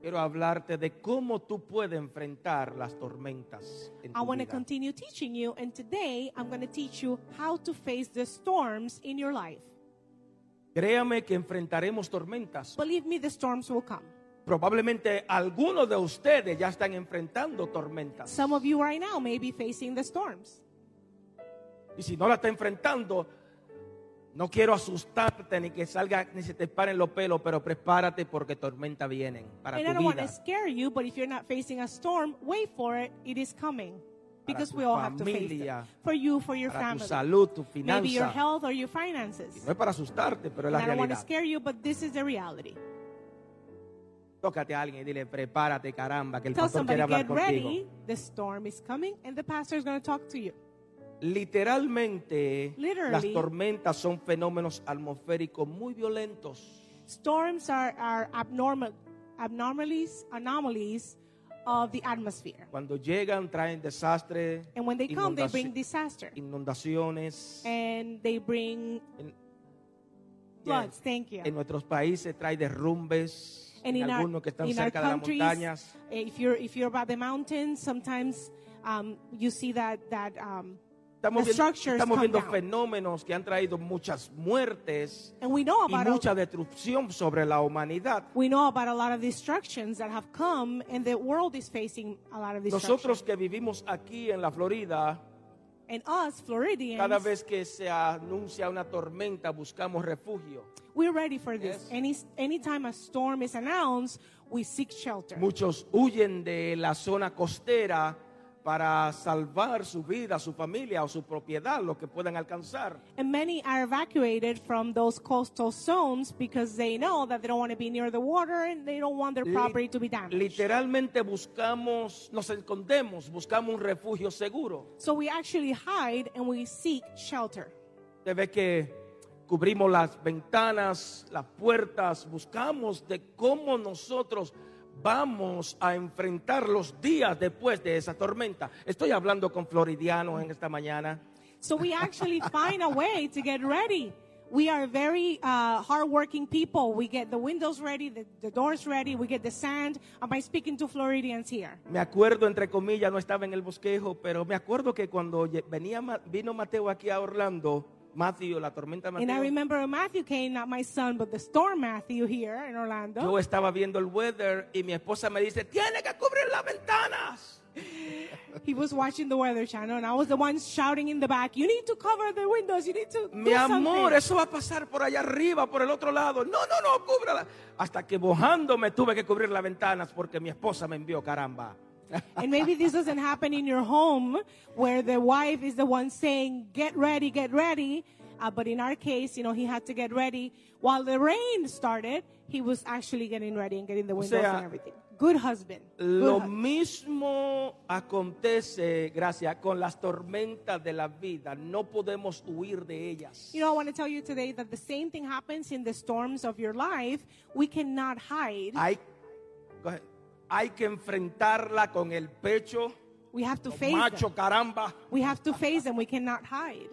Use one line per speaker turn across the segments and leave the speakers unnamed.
Quiero hablarte de cómo tú puedes enfrentar las tormentas. En tu
I want to
vida.
continue teaching you, and today I'm going to teach you how to face the storms in your life.
Créame que enfrentaremos tormentas.
Believe me, the storms will come.
Probablemente algunos de ustedes ya están enfrentando tormentas.
Some of you right now may be facing the storms.
Y si no la está enfrentando, no quiero asustarte ni que salga ni se te paren los pelos, pero prepárate porque tormentas vienen para
and I
tu
don't want
vida,
to scare you, but if you're not facing a storm, wait for it. It is coming.
Para
Because
tu
we all have to face it.
familia,
For you, for your
para tu
family.
salud, tu
Maybe your
finanza.
health or your finances.
No es para asustarte, pero es
And
la
I don't want to
realidad.
scare you, but this is the reality.
Tócate a alguien y dile, prepárate, caramba, que el
Tell
pastor quiere
somebody,
hablar
get ready.
contigo.
The storm is coming, and the pastor is going to talk to you.
Literalmente, las
Literally.
tormentas son fenómenos atmosféricos muy violentos.
Storms are, are abnormal, abnormalies, anomalies of the atmosphere.
Cuando llegan traen desastre,
And when they come, they
inundaci-
bring disaster.
inundaciones.
And they bring
En-
floods.
Yes.
Thank you.
En nuestros países trae derrumbes, en
And in our,
algunos que están
in our
cerca de las
countries,
montañas.
eh, if you're, if you're by the mountains, sometimes um, you see that, that um,
Estamos viendo,
the structures
estamos
come
viendo
down.
fenómenos que han traído muchas muertes
and we know
y
about a,
mucha destrucción sobre la humanidad.
we know about a lot of destructions that have come, and the world is facing a lot of destruction.
Nosotros que vivimos aquí en la Florida,
And us, Floridians,
cada vez que se anuncia una tormenta buscamos refugio.
We're ready for this.
Yes.
Any anytime a storm is announced, we seek shelter.
Muchos huyen de la zona costera para salvar su vida, su familia o su propiedad, lo que puedan alcanzar.
And many are evacuated from those coastal zones because they know that they don't want to be near the water and they don't want their property to be damaged.
Literalmente buscamos, nos escondemos, buscamos un refugio seguro.
So we actually hide and we seek shelter.
Te ves que cubrimos las ventanas, las puertas, buscamos de cómo nosotros vamos a enfrentar los días después de esa tormenta. Estoy hablando con floridianos en esta mañana.
So we actually find a way to get ready. We are very uh, hardworking people. We get the windows ready, the, the doors ready, we get the sand. Am I speaking to Floridians here?
Me acuerdo, entre comillas, no estaba en el bosquejo, pero me acuerdo que cuando lle- venía, Ma- vino Mateo aquí a Orlando, Mateo, la tormenta
And I
Mateo,
remember when Matthew came, not my son, but the storm Matthew here in Orlando.
yo estaba viendo el weather y mi esposa me dice, tiene que cubrir las ventanas.
He was watching the Weather Channel, and I was the one shouting in the back, "You need to cover the windows. You need to
Mi
do
amor,
something."
eso va a pasar por allá arriba, por el otro lado. No, no, no, cúbrala. Hasta que mojándome tuve que cubrir las ventanas porque mi esposa me envió, caramba.
And maybe this doesn't happen in your home, where the wife is the one saying, "Get ready, get ready." Uh, but in our case, you know, he had to get ready while the rain started. He was actually getting ready and getting the windows
sea,
and everything. Good husband. Good
Lo
hus-
mismo acontece, gracias, con las tormentas de la vida. No podemos huir de ellas.
You know, I want to tell you today that the same thing happens in the storms of your life. We cannot hide.
Hay, coge- hay que enfrentarla con el pecho.
we have to face
Macho,
them.
caramba.
We have to face them. We cannot hide.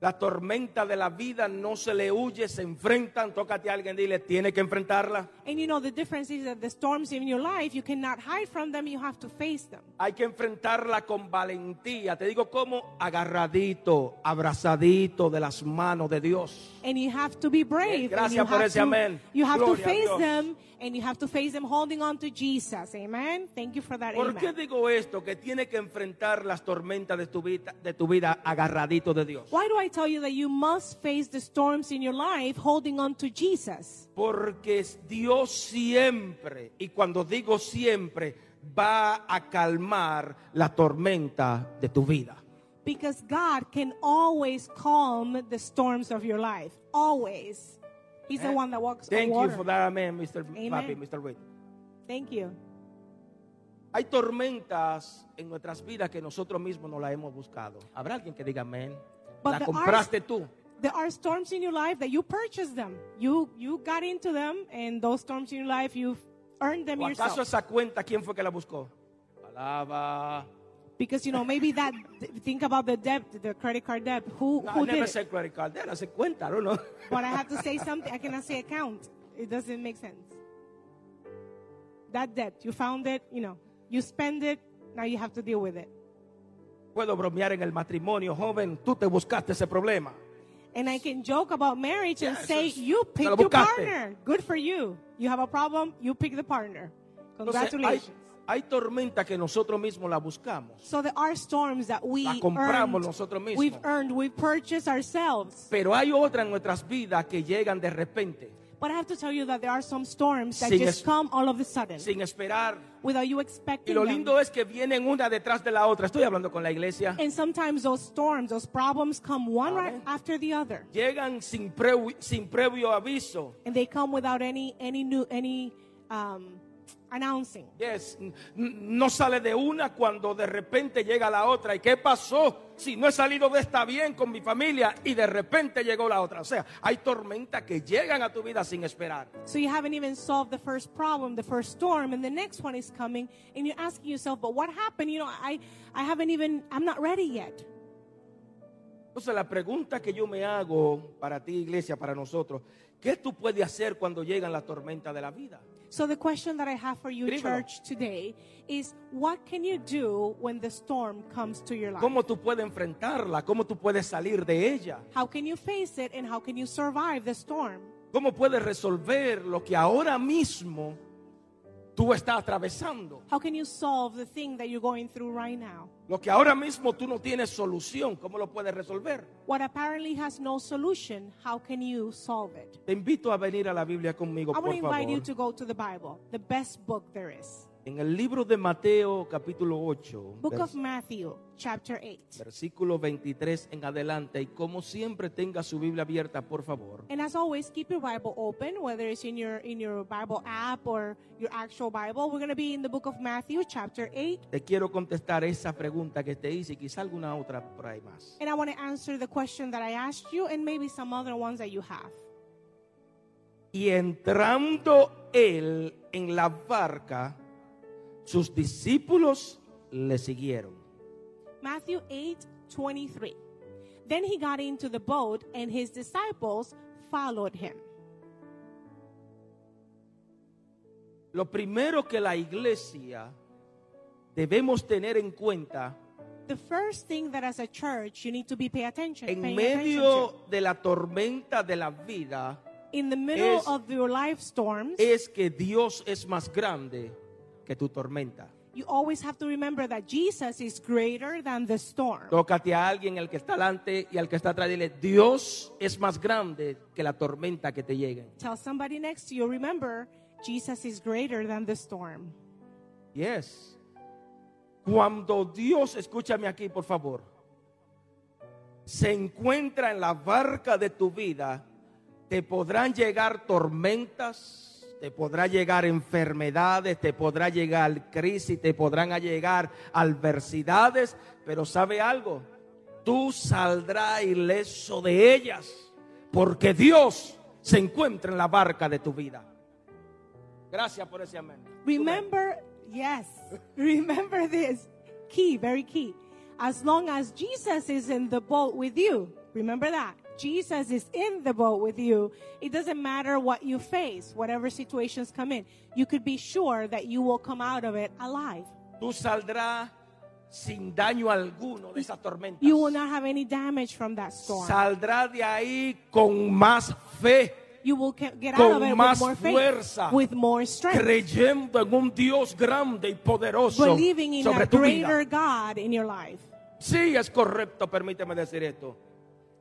La tormenta de la vida no se le huye, se enfrentan. Tócate a alguien, dile, tiene que enfrentarla.
And you know, the difference is that the storms in your life, you cannot hide from them, you have to face them.
Hay que enfrentarla con valentía. Te digo cómo, agarradito, abrazadito de las manos de Dios.
And you have to be brave.
Bien,
and you
gracias por
have
ese
to,
amén.
You have to
Gloria a
face
Dios.
them, and you have to face them holding on to Jesus. Amen. Thank you for that.
¿Por
amen.
qué digo esto? Que tiene que enfrentar las tormentas de tu vida, de tu vida agarradito de Dios.
Why do I tell you that you must face the storms in your life holding on to Jesus?
Porque Dios siempre, y cuando digo siempre, va a calmar la tormenta de tu vida.
Because God can always calm the storms of your life. Always. He's the one that walks on
Eh, Thank you
water.
for that, amen, Mr.
Amen.
Papi, Mr. Wade.
Thank you.
Hay tormentas en nuestras vidas que nosotros mismos no la hemos buscado. Habrá alguien que diga amén.
But
La
the
compraste tú.
There are storms in your life that you purchased them. You you got into them, and those storms in your life you've earned them
¿O acaso
yourself.
esa cuenta quién fue que la buscó? Alaba.
Because you know maybe that think about the debt, the credit card debt. Who
No, I
who did
never
it?
said credit card. Then I said cuenta, I don't know.
But I have to say something. I cannot say account. It doesn't make sense. That debt you found it. You know you spend it. Now you have to deal with it.
Puedo bromear en el matrimonio, joven. Tú te buscaste ese problema.
And I can joke about marriage and
Yes,
say,
yes.
you
Te lo
picked your
buscaste."
partner. Good for you. You have a problem, you pick the partner.
Entonces, hay,
Congratulations.
hay tormenta que nosotros mismos la buscamos,
so there are storms that we
La compramos
earned,
nosotros mismos.
we've earned, we purchased ourselves.
pero hay otras en nuestras vidas que llegan de repente,
But I have to tell you that there are some storms that
Sin
just
es-
come all of a sudden
sin esperar.
without you
Y
expecting
lo
them.
lindo es que vienen una detrás de la otra. Estoy hablando con la iglesia.
And sometimes those storms, those problems come one right
Amén.
after the other.
Llegan sin, previ- sin previo aviso.
And they come without any, any new, any um, announcing.
Yes, n- n- No sale de una cuando de repente llega la otra. ¿Y qué pasó? Si no he salido de esta bien con mi familia y de repente llegó la otra. O sea, hay tormentas que llegan a tu vida sin esperar.
So you haven't even solved the first problem, the first storm, and the next one is coming, and you're asking yourself, "But what happened? You know, I, I haven't even, I'm not ready yet."
Entonces la pregunta que yo me hago para ti, iglesia, para nosotros, ¿qué tú puedes hacer cuando llegan las tormentas de la vida?
So the question that I have for you,
Dímelo.
church, today is, what can you do when the storm comes to your life?
¿Cómo tú puedes enfrentarla? ¿Cómo tú puedes salir de ella?
How can you face it, and how can you survive the storm?
¿Cómo puedes resolver lo que ahora mismo tú estás atravesando?
How can you solve the thing that you're going through right now?
Lo que ahora mismo tú no tienes solución, ¿cómo lo puedes resolver?
What apparently has no solution, how can you solve it?
Te invito a venir a la Biblia conmigo,
I want
por
to invite you
favor.
to go to the Bible, the best book there is.
En el libro de Mateo, capítulo 8,
Book of
vers-
Matthew, chapter 8.
versículo 23 en adelante. Y como siempre tenga su Biblia abierta, por favor.
And as always, keep your Bible open, whether it's in your in your Bible app or your actual Bible. We're going to be in the book of Matthew, chapter 8,
Te quiero contestar esa pregunta que te hice y quizá alguna otra por ahí más.
and I want to answer the question that I asked you and maybe some other ones that you have.
Y entrando él en la barca, sus discípulos le siguieron.
Matthew 8, 23. Then he got into the boat and his disciples followed him.
Lo primero que la iglesia debemos tener en cuenta
The first thing that as a church you need to be pay attention,
en
paying attention
medio de la tormenta de la vida
to. in the middle
es-
of your life storms,
es que Dios es más grande que tu tormenta.
you always have to remember that Jesus is greater than the storm.
Tócate a alguien, al que está delante y al que está atrás, dile, Dios es más grande que la tormenta que te llegue.
Tell somebody next to you, remember, Jesus is greater than the storm.
Yes. Cuando Dios, escúchame aquí por favor, se encuentra en la barca de tu vida, te podrán llegar tormentas, te podrá llegar enfermedades, te podrá llegar crisis, te podrán llegar adversidades, pero sabe algo, tú saldrás ileso de ellas, porque Dios se encuentra en la barca de tu vida. Gracias por ese amén.
Remember, yes, remember this. Key, very key. As long as Jesus is in the boat with you, remember that. Jesus is in the boat with you. It doesn't matter what you face, whatever situations come in. You could be sure that you will come out of it alive.
tú saldrás sin daño alguno de esas tormentas.
You will not have any damage from that storm.
Saldrás de ahí con más fe,
You will ca- get out
con
of it
más
with more faith,
fuerza,
with more strength.
creyendo en un Dios grande y poderoso
believing in
sobre
a
tu vida.
greater God in your life.
Sí, es correcto, permíteme decir esto.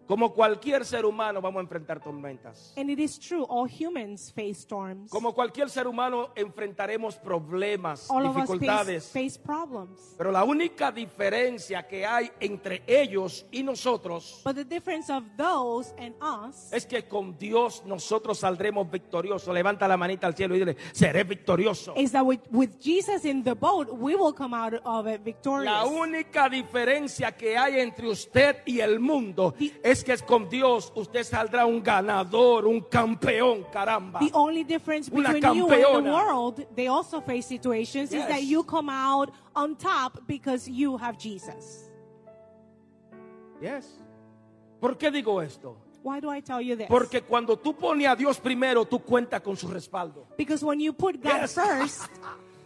Como cualquier ser humano vamos a enfrentar tormentas.
And it is true, all humans face storms.
Como cualquier ser humano enfrentaremos problemas,
all of us face,
dificultades.
face problems.
Pero la única diferencia que hay entre ellos y nosotros
But the difference of those and us
es que con Dios nosotros saldremos victoriosos. Levanta la manita al cielo y dile, seré victorioso.
is that with, with Jesus in the boat, we will come out of it
La
victorious.
única diferencia que hay entre usted y el mundo
The-
es que con Dios usted saldrá un ganador, un campeón, caramba.
The only difference
Una
between you and the
campeona.
world, they also face situations, is
Yes.
that you come out on top because you have Jesus.
Yes. ¿Por qué digo esto?
Why do I tell you this?
Porque cuando tú pones a Dios primero, tú cuentas con su respaldo.
because when you put God
Yes.
first,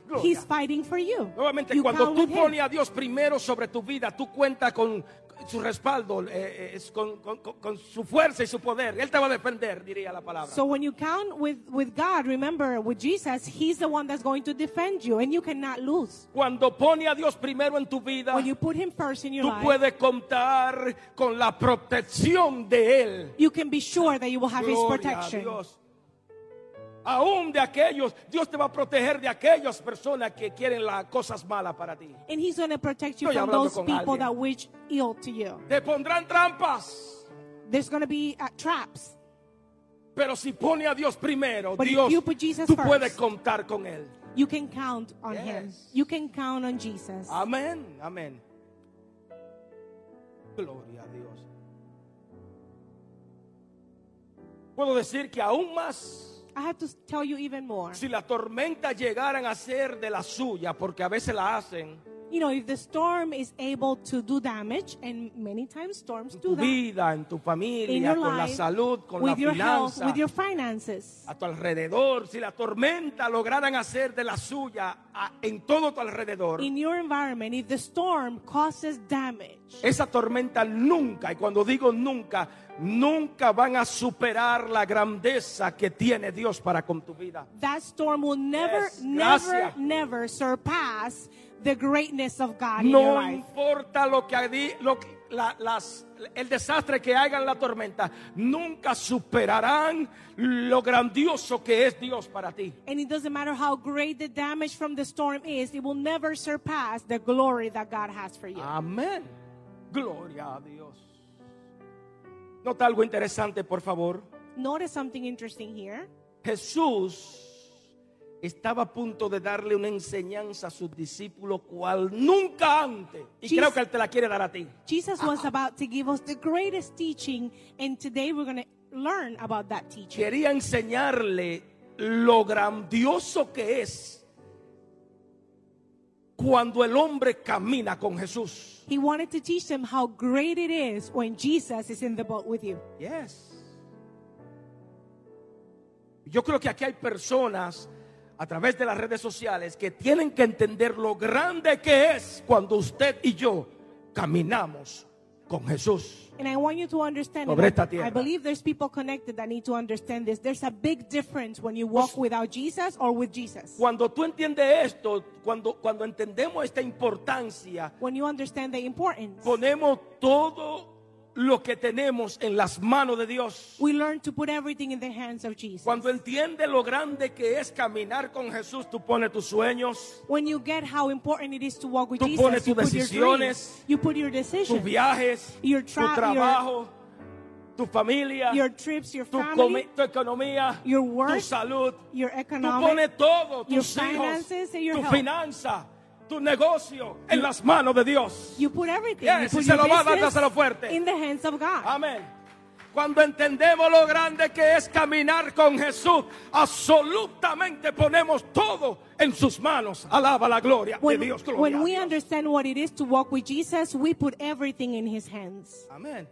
Gloria.
He's fighting for you.
Nuevamente,
you
cuando
count
tú
with him.
pones a Dios primero sobre tu vida, tú cuentas con su respaldo, eh, eh, es con, con- con- con su fuerza y su poder. Él te va a defender, diría la palabra.
So when you count with, with God, remember with Jesus, He's the one that's going to defend you and you cannot lose.
cuando pones a Dios primero en tu vida,
When you put Him first in your
tú
life,
puedes contar con la protección de Él.
you can be sure that you will have His
Gloria a
protection.
Dios. Aún de aquellos, Dios te va a proteger de aquellas personas que quieren las cosas malas para ti.
And He's going to protect you
Estoy
from
hablando
those
con
people
alguien.
that wish ill to you.
Te pondrán trampas.
There's going to be uh, traps.
Pero si pone a Dios primero,
But if
Dios,
you put Jesus
tú
first.
puedes contar con Él.
You can count on Him.
Yes. Ah.
You can count on Jesus.
Amén, amén. Gloria a Dios. Puedo decir que aún más,
I have to tell you even more.
si las tormentas llegaran a ser de la suya, porque a veces la hacen,
You know, if the storm is able to do damage, and many times storms
en
do
tu
that
vida, en tu
in
familia,
your
con la
life,
salud, con la
with your health,
finanza,
with your finances.
a tu alrededor, si la tormenta lograran hacer de la suya a- en todo tu alrededor,
in your environment, if the storm causes damage,
Esa tormenta nunca, y cuando digo nunca, nunca van a superar la grandeza que tiene Dios para con tu vida.
that storm will never,
Yes,
never,
gracias.
never surpass the greatness of God in your
No
life.
importa lo que adi- lo que- la- las- el desastre que hagan la tormenta, nunca superarán lo grandioso que es Dios para ti.
And it doesn't matter how great the damage from the storm is, it will never surpass the glory that God has for
Ah.
you.
Amén. Gloria a Dios. Nota algo interesante, por favor.
Notice something interesting here.
Jesús estaba a punto de darle una enseñanza a sus discípulos cual nunca antes. Y
Jesus-
creo que Él te la quiere dar a ti.
Jesus was
Ah.
about to give us the greatest teaching, and today we're going to learn about that teaching.
Quería enseñarle lo grandioso que es cuando el hombre camina con Jesús.
He wanted to teach them how great it is when Jesus is in the boat with you.
Yes. Yo creo que aquí hay personas a través de las redes sociales que tienen que entender lo grande que es cuando usted y yo caminamos con Jesús.
And I want you to understand.
Sobre
and I-
esta tierra.
I believe there's people connected that need to understand this. There's a big difference when you walk without Jesus or with Jesus.
Cuando tú entiendes esto, cuando, cuando entendemos esta importancia,
When you understand the importance,
ponemos todo lo que tenemos en las manos de Dios.
we learn to put everything in the hands of Jesus.
Cuando entiendes lo grande que es caminar con Jesús, tú pones tus sueños,
When you get how important it is to walk with
Tú
Jesus,
pones
you
tus
put your dreams,
decisiones,
you put your
tus
decisions,
viajes,
Your
tu
tra- your-
trabajo, tu familia,
your trips, your
tu,
family,
comi- tu economía,
your work,
tu salud.
your
Tú
economic,
pones todo,
your
tus hijos,
finances and your
tu
health.
finanza, tu negocio en las manos de Dios.
you put everything.
Yes,
you put
si se
your
lo va a dar,
business
dáselo fuerte.
in the hands of God.
Amén. Cuando entendemos lo grande que es caminar con Jesús, absolutamente ponemos todo en sus manos. Alaba la gloria
when,
de Dios. gloria
when
a
we
Dios.
understand what it is to walk with Jesus, we put everything in His hands.
Amén.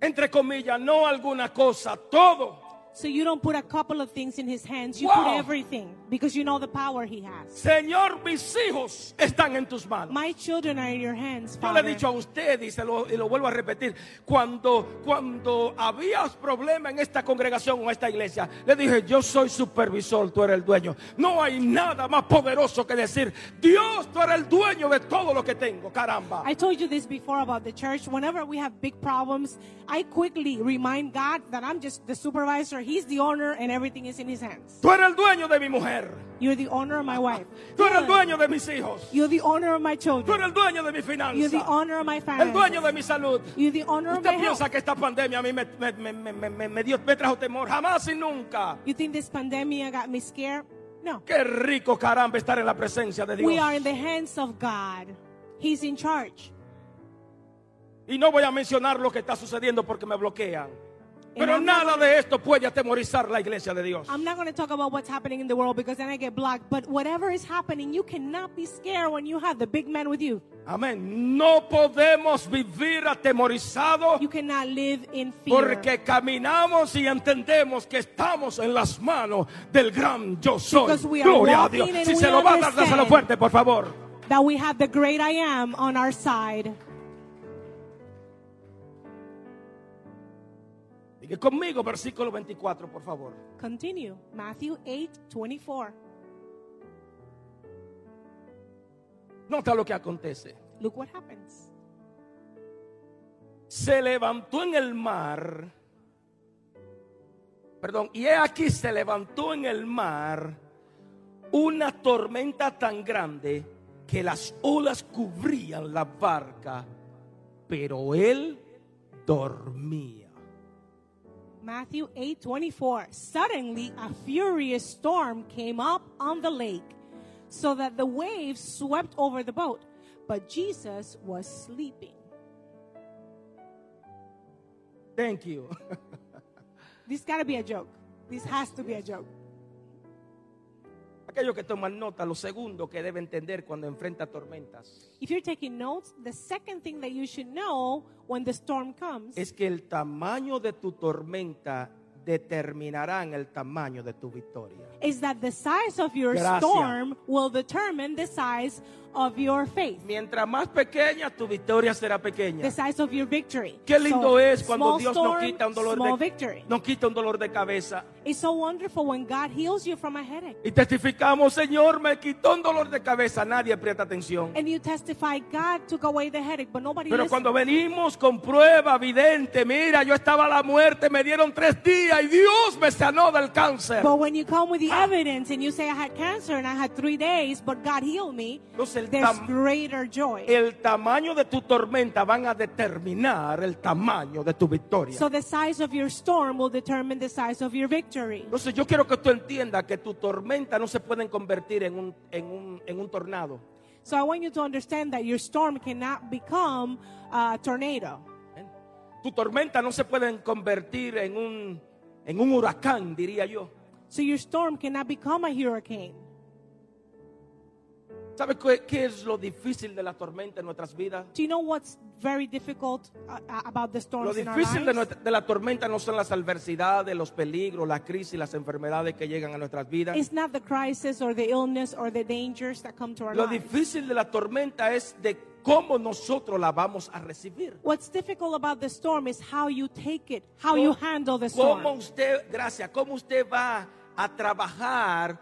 Entre comillas, no alguna cosa, todo.
So you don't put a couple of things in his hands, you
Wow.
put everything because you know the power he has.
Señor, mis hijos están en tus manos.
My children are in your hands,
Yo le he
Father.
dicho a usted y, se lo, y lo vuelvo a repetir, cuando, cuando había problemas en esta congregación o en esta iglesia, le dije, yo soy supervisor, tú eres el dueño. No hay nada más poderoso que decir, Dios, tú eres el dueño de todo lo que tengo, caramba.
I told you this before about the church. Whenever we have big problems, I quickly remind God that I'm just the supervisor, he's the owner, and everything is in his hands.
Tú eres el dueño de mi mujer,
You're the owner of my wife.
tú eres el dueño de mis hijos,
You're the owner of my
tú
children.
eres el dueño de mi
You're the
finanza,
owner of my
el
family.
dueño de mi salud.
You're the owner of
Usted
my health.
piensa que esta pandemia a mí me, me- me- me- me- me dio, me trajo temor, jamás y nunca.
You think this pandemic got me scared? No.
Qué rico caramba estar en la presencia de Dios.
We are in the hands of God. He's in charge.
Y no voy a mencionar lo que está sucediendo porque me bloquean. Pero
I'm
nada de esto puede atemorizar la iglesia de Dios.
I'm not going to talk about what's happening in the world because then I get blocked. But whatever is happening, you cannot be scared when you have the big man with you.
Amén. No podemos vivir atemorizados
You cannot live in fear.
porque caminamos y entendemos que estamos en las manos del gran yo soy.
Because we are
Gloria a
walking
Dios.
and
Si
we
se lo va a dar,
understand.
dáselo fuerte, por favor.
That we have the great I am on our side.
Sigue conmigo, versículo 24, por favor.
Continue. Matthew 8 24.
Nota lo que acontece.
Look what happens.
se levantó en el mar. Perdón, y he aquí se levantó en el mar una tormenta tan grande que las olas cubrían la barca, pero él dormía.
Matthew 8 24. Suddenly, a furious storm came up on the lake, so that the waves swept over the boat. But Jesus was sleeping.
Thank you.
This gotta be a joke. This has to be a joke.
Aquellos que toman nota, lo segundo que debe entender cuando enfrenta tormentas
If you're taking notes, the second thing that you should know when the storm comes
es que el tamaño de tu tormenta determinará el tamaño de tu victoria.
is that the size of your
Gracias.
storm will determine the size of your faith,
Mientras más pequeña, tu victoria será
the
pequeña.
size of your victory.
Qué lindo
So,
es cuando
small
Dios
storm,
nos quita un dolor de
small victory.
nos quita un dolor de cabeza
It's so wonderful when God heals you from a headache.
y testificamos, Señor, me quitó un dolor de cabeza. Nadie presta atención.
And you testify, God took away the headache, but nobody
Pero
listened.
cuando venimos con prueba evidente, mira, yo estaba a la muerte, me dieron tres días y Dios me sanó del cáncer.
But when you come with the
Ah.
evidence and you say, I had cancer and I had three days, but God healed me,
Entonces, el
there's
tam-
greater joy.
El tamaño de tu tormenta van a determinar el tamaño de tu victoria.
So the size of your storm will determine the size of your victory.
Entonces yo quiero que tú entiendas que tu tormenta no se pueden convertir en un, en un, en un tornado.
So I want you to understand that your storm cannot become a tornado.
¿Ven? Tu tormenta no se pueden convertir en un, en un huracán, diría yo.
So your storm cannot become a hurricane.
¿Sabes qué, qué es lo difícil de la tormenta en nuestras vidas?
Do you know what's very difficult uh, uh, about the
Lo
storms in our
difícil de,
lives?
nuestra- de la tormenta no son las adversidades, los peligros, las crisis, las enfermedades que llegan a nuestras vidas.
It's not the crisis or the illness or the dangers that come to our
Lo
lives.
difícil de la tormenta es de cómo nosotros la vamos a recibir.
What's difficult about the storm is how you take it, how you handle the
Oh, ¿Cómo
storm.
usted, gracias, cómo usted va a trabajar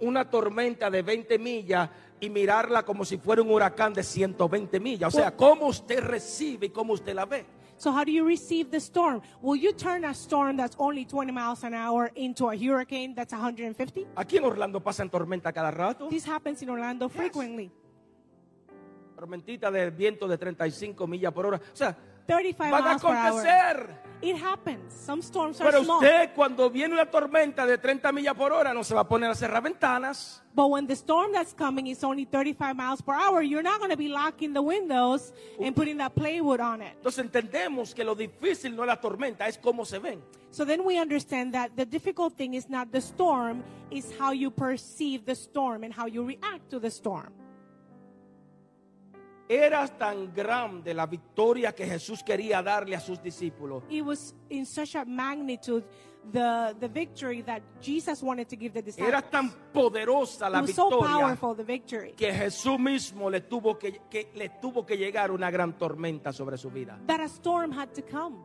una tormenta de 20 millas y mirarla como si fuera un huracán de 120 millas? O sea, ¿cómo usted recibe y cómo usted la ve?
So how do you receive the storm? Will you turn a storm that's only 20 miles an hour into a hurricane that's 150?
Aquí en Orlando pasan tormenta cada rato.
This happens in Orlando frequently.
Tormentita de viento de 35 millas por hora. O sea,
35
van a
miles per hour.
acontecer.
It happens. Some storms are
Pero
small.
usted cuando viene una tormenta de 30 millas por hora no se va a poner a cerrar ventanas.
But when the storm that's coming is only 35 miles per hour, you're not going to be locking the windows and putting that plywood on it.
Entonces entendemos que lo difícil no es la tormenta, es cómo se ven.
So then we understand that the difficult thing is not the storm, is how you perceive the storm and how you react to the storm.
Era tan grande la victoria que Jesús quería darle a sus discípulos
It was in such a magnitude the, the victory that Jesus wanted to give the disciples.
Era tan poderosa la
it was so
victoria
powerful, the victory,
que Jesús mismo le tuvo que, que le tuvo que llegar una gran tormenta sobre su vida.
that a storm had to come.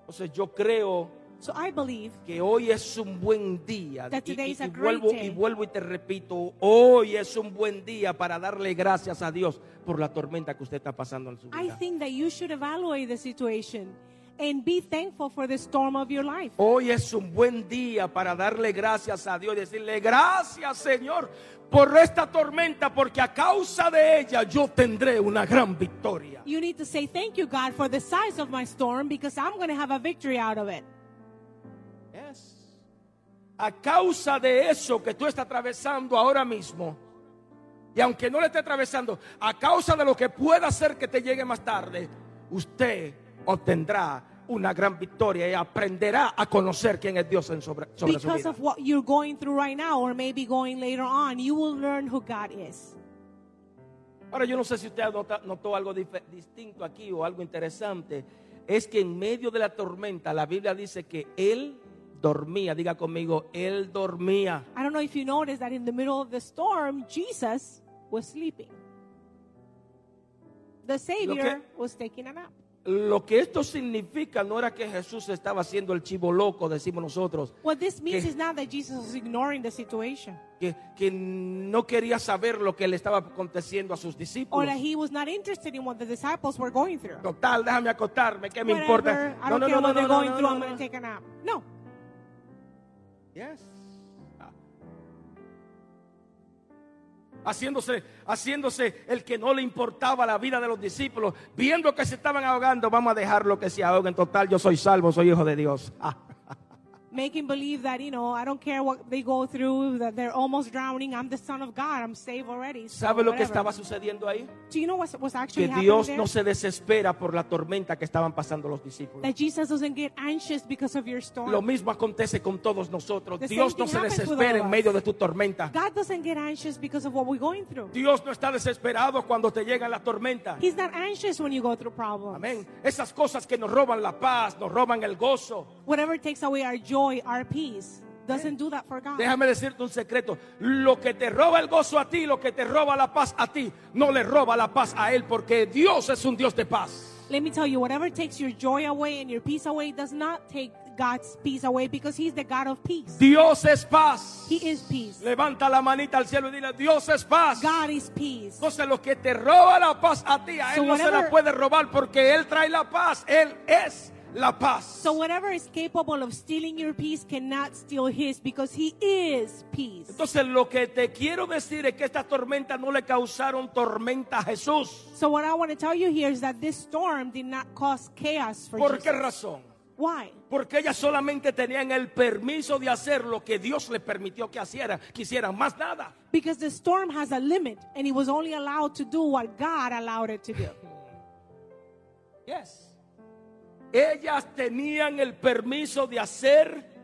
Entonces yo creo
So I believe
que hoy es un buen día.
That
Y,
today
y-
is a
y vuelvo,
great day.
y vuelvo y te repito, hoy es un buen día para darle gracias a Dios por la tormenta que usted está pasando en su
I
vida.
think that you should evaluate the situation and be thankful for the storm of your life.
Hoy es un buen día para darle gracias a Dios y decirle gracias Señor por esta tormenta porque a causa de ella yo tendré una gran victoria.
You need to say thank you, God, for the size of my storm because I'm going to have a victory out of it.
Yes. A causa de eso que tú estás atravesando ahora mismo, y aunque no le esté atravesando, a causa de lo que pueda ser que te llegue más tarde, usted obtendrá una gran victoria y aprenderá a conocer quién es Dios en sobre, sobre su
Because
vida.
of what you're going through right now, or maybe going later on, you will learn who God is.
Ahora yo no sé si usted nota- notó algo dife- distinto aquí o algo interesante, es que en medio de la tormenta la Biblia dice que él dormía, diga conmigo, él dormía.
I don't know if you noticed that in the middle of the storm, Jesus was sleeping. The Savior was taking a nap.
Lo que esto significa no era que Jesús estaba haciendo el chivo loco, decimos nosotros,
What this means
Que-
is not that Jesus was ignoring the situation
que, que no quería saber lo que le estaba aconteciendo a sus
or
discípulos.
that he was not interested in what the disciples were going through.
Total, déjame acostarme, ¿qué me
Whatever,
importa?
I don't care what they're going through, I'm
no,
going to
no.
take a nap. No.
Yes. Ah. Haciéndose, haciéndose el que no le importaba la vida de los discípulos, viendo que se estaban ahogando, vamos a dejarlo que se ahoguen. Total, yo soy salvo, soy hijo de Dios. Ah.
Making believe that, you know, I don't care what they go through, that they're almost drowning. I'm the son of God. I'm saved already. So
¿Sabe lo que
whatever.
estaba sucediendo ahí?
Do you know what was actually
que
happening
Dios
there?
no se desespera por la tormenta que estaban pasando los discípulos.
That Jesus doesn't get anxious because of your storm.
Lo mismo acontece con todos nosotros.
The same
Dios no
thing
se
happens with
desespera
all
en
us.
medio de tu tormenta.
God doesn't get anxious because of what we're going through.
Dios no está desesperado cuando te llega la tormenta.
He's not anxious when you go through problems.
Amén. Esas cosas que nos roban la paz, nos roban el gozo.
Whatever takes away our joy, our peace, doesn't do that for God.
Déjame decirte un secreto. Lo que te roba el gozo a ti, lo que te roba la paz a ti, no le roba la paz a Él porque Dios es un Dios de paz.
Let me tell you, whatever takes your joy away and your peace away does not take God's peace away because He's the God of peace.
Dios es paz.
He is peace.
Levanta la manita al cielo y dile, Dios es paz.
God is peace.
Entonces lo que te roba la paz a ti, a él
So
no se la
whatever-
puede robar porque él trae la paz, él es la paz.
So whatever is capable of stealing your peace cannot steal His because He is peace.
Entonces lo que te quiero decir es que estas tormentas no le causaron tormenta a Jesús.
So what I want to tell you here is that this storm did not cause chaos for
¿Por qué
Jesus.
razón?
Why?
Porque ellas solamente tenían el permiso de hacer lo que Dios les permitió que hiciera, que hicieran más nada.
Because the storm has a limit and it was only allowed to do what God allowed it to do.
Yes. Ellas tenían el permiso de hacer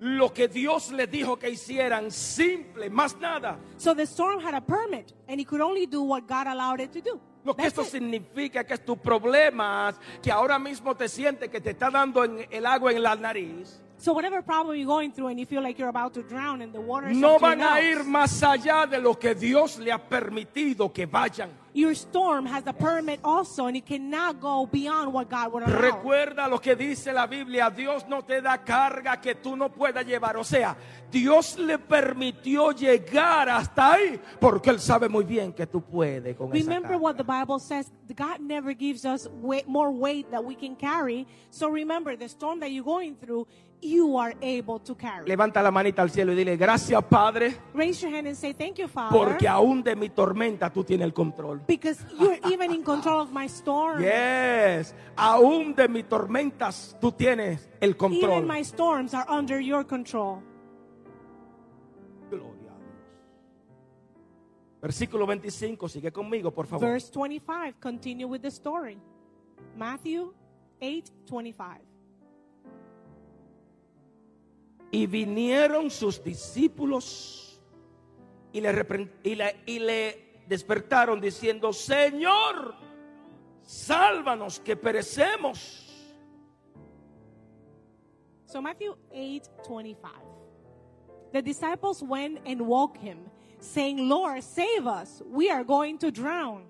lo que Dios les dijo que hicieran, simple, más nada.
So the storm had a permit and it could only do what God allowed it to do.
Lo que
That's
esto
it.
significa que tus problemas que ahora mismo te sientes que te está dando en el agua en la nariz
So whatever problem you're going through and you feel like you're about to drown in the water, is
no
something
van a ir
else,
más allá de lo que Dios le ha permitido que vayan.
your storm has a permit also and it cannot go beyond what God would allow.
Recuerda lo que dice la Biblia, Dios no te da carga que tú no puedas llevar. O sea, Dios le permitió llegar hasta ahí porque Él sabe muy bien que tú puedes con esa
Remember
carga.
what the Bible says. God never gives us weight, more weight that we can carry. So remember, the storm that you're going through, you are able to carry.
Levanta la manita al cielo y dile, gracias Padre,
Raise your hand and say, Thank you, Father.
porque aún de mi tormenta tú tienes el control.
Because you're even in control of my storm.
Yes, aún de mis tormentas tú tienes el
Even
control.
my storms are under your control.
Gloria a Dios. Versículo 25, sigue conmigo, por favor.
Verse 25, continue with the story. Matthew 8 25.
Y vinieron sus discípulos y le, repren- y le- y le despertaron diciendo, Señor, sálvanos que perecemos.
So Matthew 8 25. The disciples went and woke him, saying, Lord, save us. We are going to drown.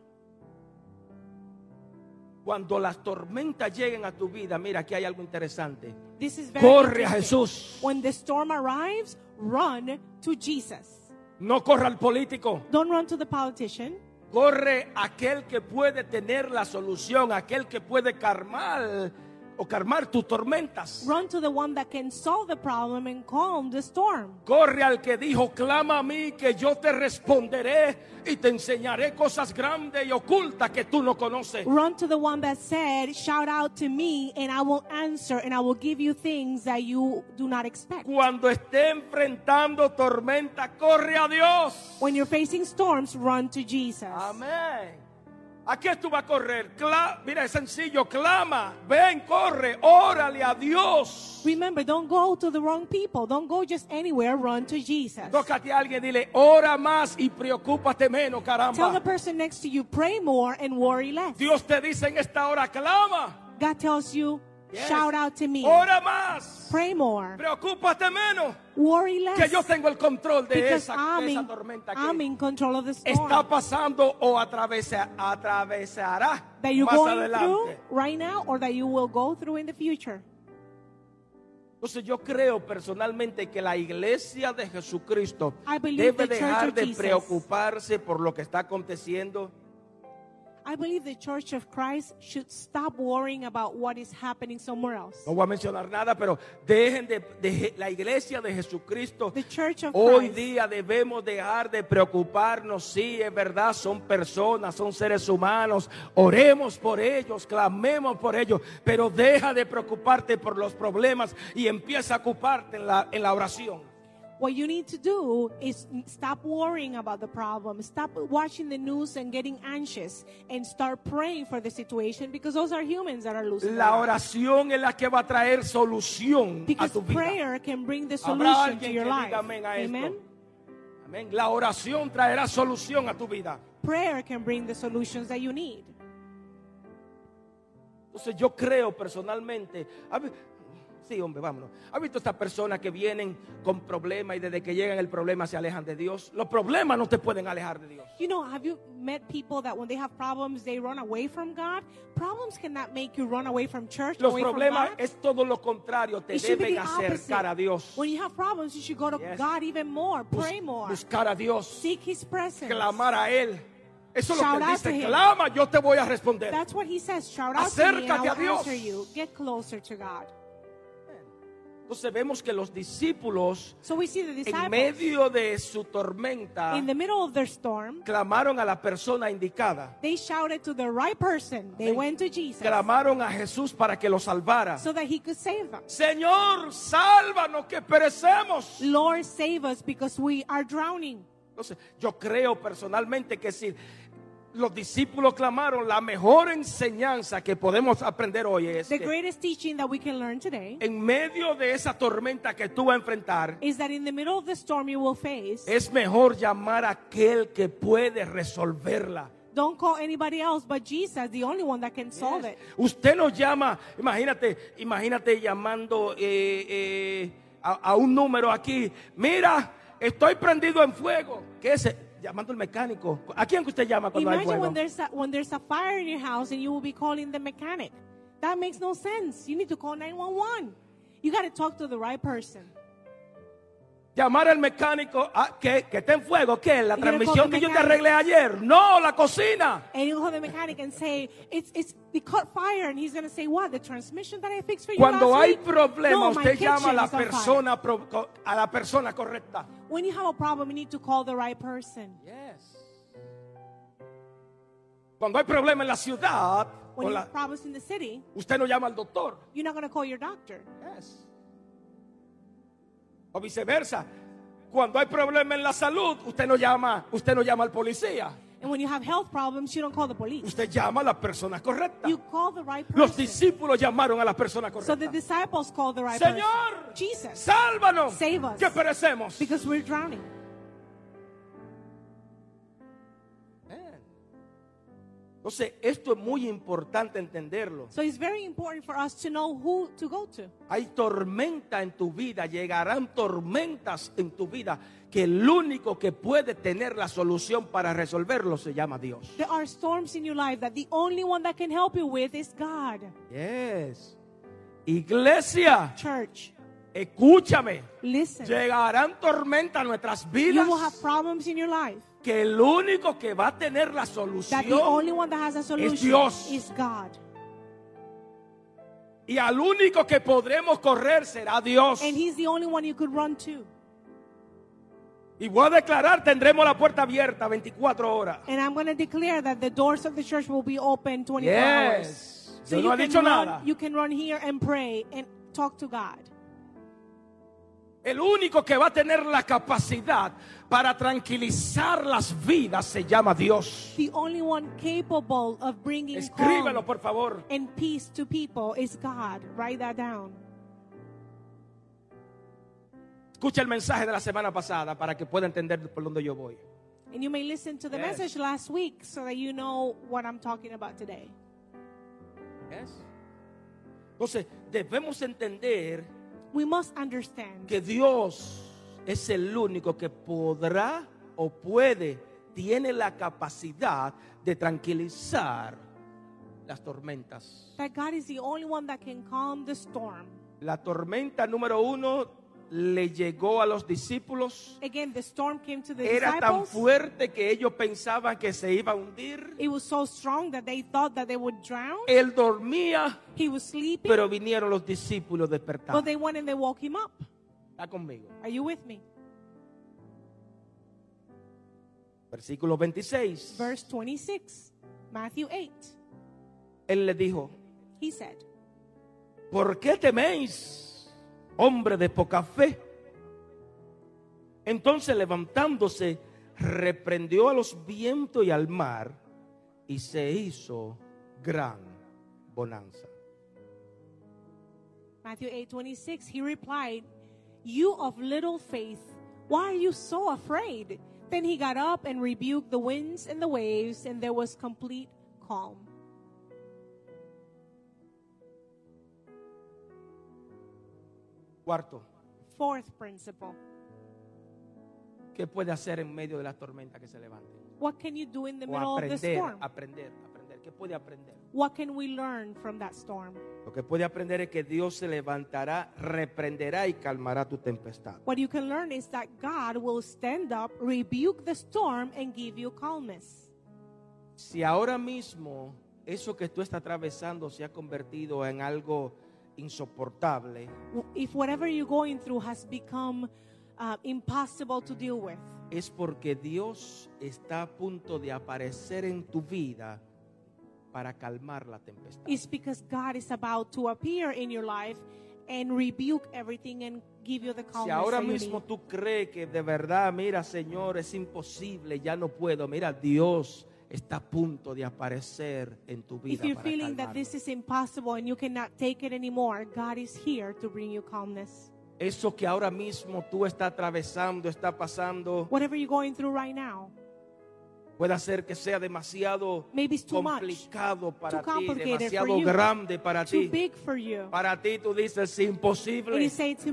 Cuando las tormentas lleguen a tu vida, mira, aquí hay algo interesante.
This is very
Corre a
interesting.
Jesús.
When the storm arrives, run to Jesus.
No corra al político.
Don't run to the politician.
Corre aquel que puede tener la solución, aquel que puede calmar o calmar tus tormentas.
Run to the one that can solve the problem and calm the storm.
Corre al que dijo, clama a mí que yo te responderé y te enseñaré cosas grandes y ocultas que tú no conoces.
Run to the one that said, Shout out to me, and I will answer, and I will give you things that you do not expect.
Cuando esté enfrentando tormenta, corre a Dios.
When you're facing storms, run to Jesus.
Amén. ¿A qué tú vas a correr? Cla- Mira, es sencillo, clama, ven, corre, órale a Dios.
Remember, don't go to the wrong people. Don't go just anywhere. Run to Jesus.
Tócate a alguien, dile, ora más y preocúpate menos,
Tell the
caramba.
person next to you, pray more and worry less.
Dios te dice en esta hora, clama.
God tells you,
Yes.
shout out to me.
Ora más.
Pray more.
Preocúpate menos.
Worry less.
Que yo tengo el control de,
because
esa,
I'm,
de esa
in,
tormenta que
I'm in control of the storm
está pasando o atravesa, atravesará
that you're
más
going
adelante.
through right now or that you will go through in the future.
Entonces yo creo personalmente que la iglesia de Jesucristo
I believe
debe
the Church
dejar
of
de
Jesus.
preocuparse por lo que está aconteciendo.
I believe the Church of Christ should stop worrying about what is happening somewhere else.
No voy a mencionar nada, pero dejen de, deje- la iglesia de Jesucristo.
The Church of
Hoy
Christ.
día debemos dejar de preocuparnos, sí, es verdad, son personas, son seres humanos, oremos por ellos, clamemos por ellos, pero deja de preocuparte por los problemas y empieza a ocuparte en la, en la oración.
What you need to do is stop worrying about the problem. Stop watching the news and getting anxious and start praying for the situation because those are humans that are losing.
La
their lives.
oración es la que va a traer solución a
Because
tu vida.
prayer can bring the
Habrá
solution
alguien
to
que
your life.
diga amén a esto.
Amen.
Amén. La oración traerá solución a tu vida.
Prayer can bring the solutions that you need.
Entonces yo creo personalmente, a ve- sí hombre, vámonos. ¿Has visto estas personas que vienen con problemas y desde que llegan el problema se alejan de Dios? Los problemas no te pueden alejar de Dios.
You know, have you met people that when they have problems, they run away from God? Problems cannot make you run away from church.
Los
away from
problemas
God.
es todo lo contrario, te
It should be
deben
the
acercar a
opposite.
Dios,
When you have problems, you should go to
Yes.
God even more,
Bus-
pray more,
buscar a Dios,
seek His presence.
clamar a Él. Eso es lo que
pues. Shout
él
out to
dice,
him.
clama, yo te voy a responder.
That's what He says. Shout out to me and I
Acércate a
will
Dios.
answer you. Get closer to God.
Entonces vemos que los discípulos
So we see the
en
disciples
medio de su tormenta
in the middle of their storm.
clamaron a la persona indicada.
They shouted to the right person. They
Amén.
went to Jesus
Clamaron a Jesús para que lo salvara.
so that he could save them.
Señor, sálvanos que perecemos.
Lord, save us because we are drowning.
Entonces, yo creo personalmente que si los discípulos clamaron, la mejor enseñanza que podemos aprender hoy es
The
que
greatest teaching that we can learn today
en medio de esa tormenta que tú vas a enfrentar,
is that in the middle of the storm you will face,
es mejor llamar a aquel que puede resolverla.
don't call anybody else but Jesus, the only one that can solve it.
Usted nos llama, imagínate, imagínate llamando eh, eh, a, a un número aquí. Mira, estoy prendido en fuego. ¿Qué es? eso? Llamando al mecánico. ¿A quién que usted llama cuando hay
Imagine
fuego?
when there's a, when there's a fire in your house and you will be calling the mechanic. That makes no sense. You need to call 911. You got to talk to the right person.
Llamar al mecánico ah, que, que está en fuego. ¿Qué? La
You gotta
transmisión
call the
que yo te
mechanic.
arreglé ayer. No, la cocina.
And you call the mechanic and say, it's, it's, it caught fire. And he's going to say, what? The transmission that I fixed for you
Cuando
last
hay
week?
problema,
No, my
usted llama a
kitchen
la
is on fire."
persona pro- co- a la persona correcta.
When you have a problem, you need to call the right person.
Cuando hay problema en la ciudad,
When
o
you
la-
have problems in the city,
usted no llama al doctor.
you're not going to call your doctor.
Yes. O viceversa. Cuando hay problema en la salud, usted no llama, usted no llama al policía.
And when you have health problems, you don't call the police.
Usted llama a la persona correcta.
You call the right
Los
person.
discípulos llamaron a la persona
So the
correcta.
disciples call the right
Señor,
person. Jesus.
sálvanos
Save us.
que perecemos.
Because we're drowning.
Entonces, esto es muy importante entenderlo.
So it's very important for us to know who to go to.
Hay tormenta en tu vida, llegarán tormentas en tu vida, que el único que puede tener la solución para resolverlo se llama Dios.
There are storms in your life that the only one that can help you with is God.
Yes. Iglesia,
Church,
escúchame.
listen.
Llegarán tormentas a nuestras
You
vidas,
will have problems in your life.
que el único que va a tener la
That the only
solución
one that has a solution
Dios.
is God.
y al único que podremos correr será Dios.
And He's the only one you could run to.
Y voy a declarar, tendremos la puerta abierta 24 horas.
And I'm going to declare that the doors of the church will be open 24 hours.
Yes.
So
Yo no
you,
he
can
dicho nada.
run, you can run here and pray and talk to God.
El único que va a tener la capacidad para tranquilizar las vidas se llama Dios.
The only one capable of bringing
Escríbelo,
calm
por favor.
and peace to people is God. Write that down.
Escucha el mensaje de la semana pasada para que pueda entender por dónde yo voy.
And you may listen to the
Yes.
message last week so that you know what I'm talking about today.
Entonces, debemos entender
We must understand
que Dios es el único que podrá o puede, tiene la capacidad de tranquilizar las tormentas.
that God is the only one that can calm the storm.
La tormenta número uno le llegó a los discípulos.
Again, the storm came to the
Era tan
disciples.
fuerte que ellos pensaban que se iba a hundir.
It was so strong that they thought that they would drown.
Él dormía,
He was sleeping,
pero vinieron los discípulos
but
despertados.
they went and they woke him up.
Está conmigo.
Are you with me?
Versículo 26.
Verse 26, Matthew 8.
Él les dijo,
He said,
¿por qué teméis, hombre de poca fe? Entonces levantándose, reprendió a los vientos y al mar y se hizo gran bonanza.
Matthew 8 26, he replied, You of little faith, why are you so afraid? Then he got up and rebuked the winds and the waves, and there was complete calm.
Cuarto,
Fourth principle
¿qué puede hacer en medio de las tormentas que se levanten?
What can you do in the
O
middle of the
aprender,
storm?
aprender, aprender. ¿Qué puede aprender?
What can we learn from that storm?
Lo que puede aprender es que Dios se levantará, reprenderá y calmará tu tempestad.
What you can learn is that God will stand up, rebuke the storm, and give you calmness.
Si ahora mismo eso que tú estás atravesando se ha convertido en algo insoportable,
If whatever you're going through has become uh, impossible to deal with,
es porque Dios está a punto de aparecer en tu vida para calmar la tempestad.
it's because God is about to appear in your life and rebuke everything and give you the
Si
calmness.
ahora
that you
mismo
need.
tú crees que de verdad, mira, Señor, es imposible, ya no puedo. Mira, Dios está a punto de aparecer en tu vida.
If you're
para
feeling that
calmarlo.
this is impossible and you cannot take it anymore, God is here to bring you calmness.
Eso que ahora mismo tú estás atravesando, está pasando,
Whatever you're going through right now,
puede ser que sea demasiado
Maybe it's too much,
complicado para
too
ti,
complicated for
demasiado
you,
grande para
too
ti.
big for you.
Para ti tú dices, es
And you
imposible.
say it's
Yo no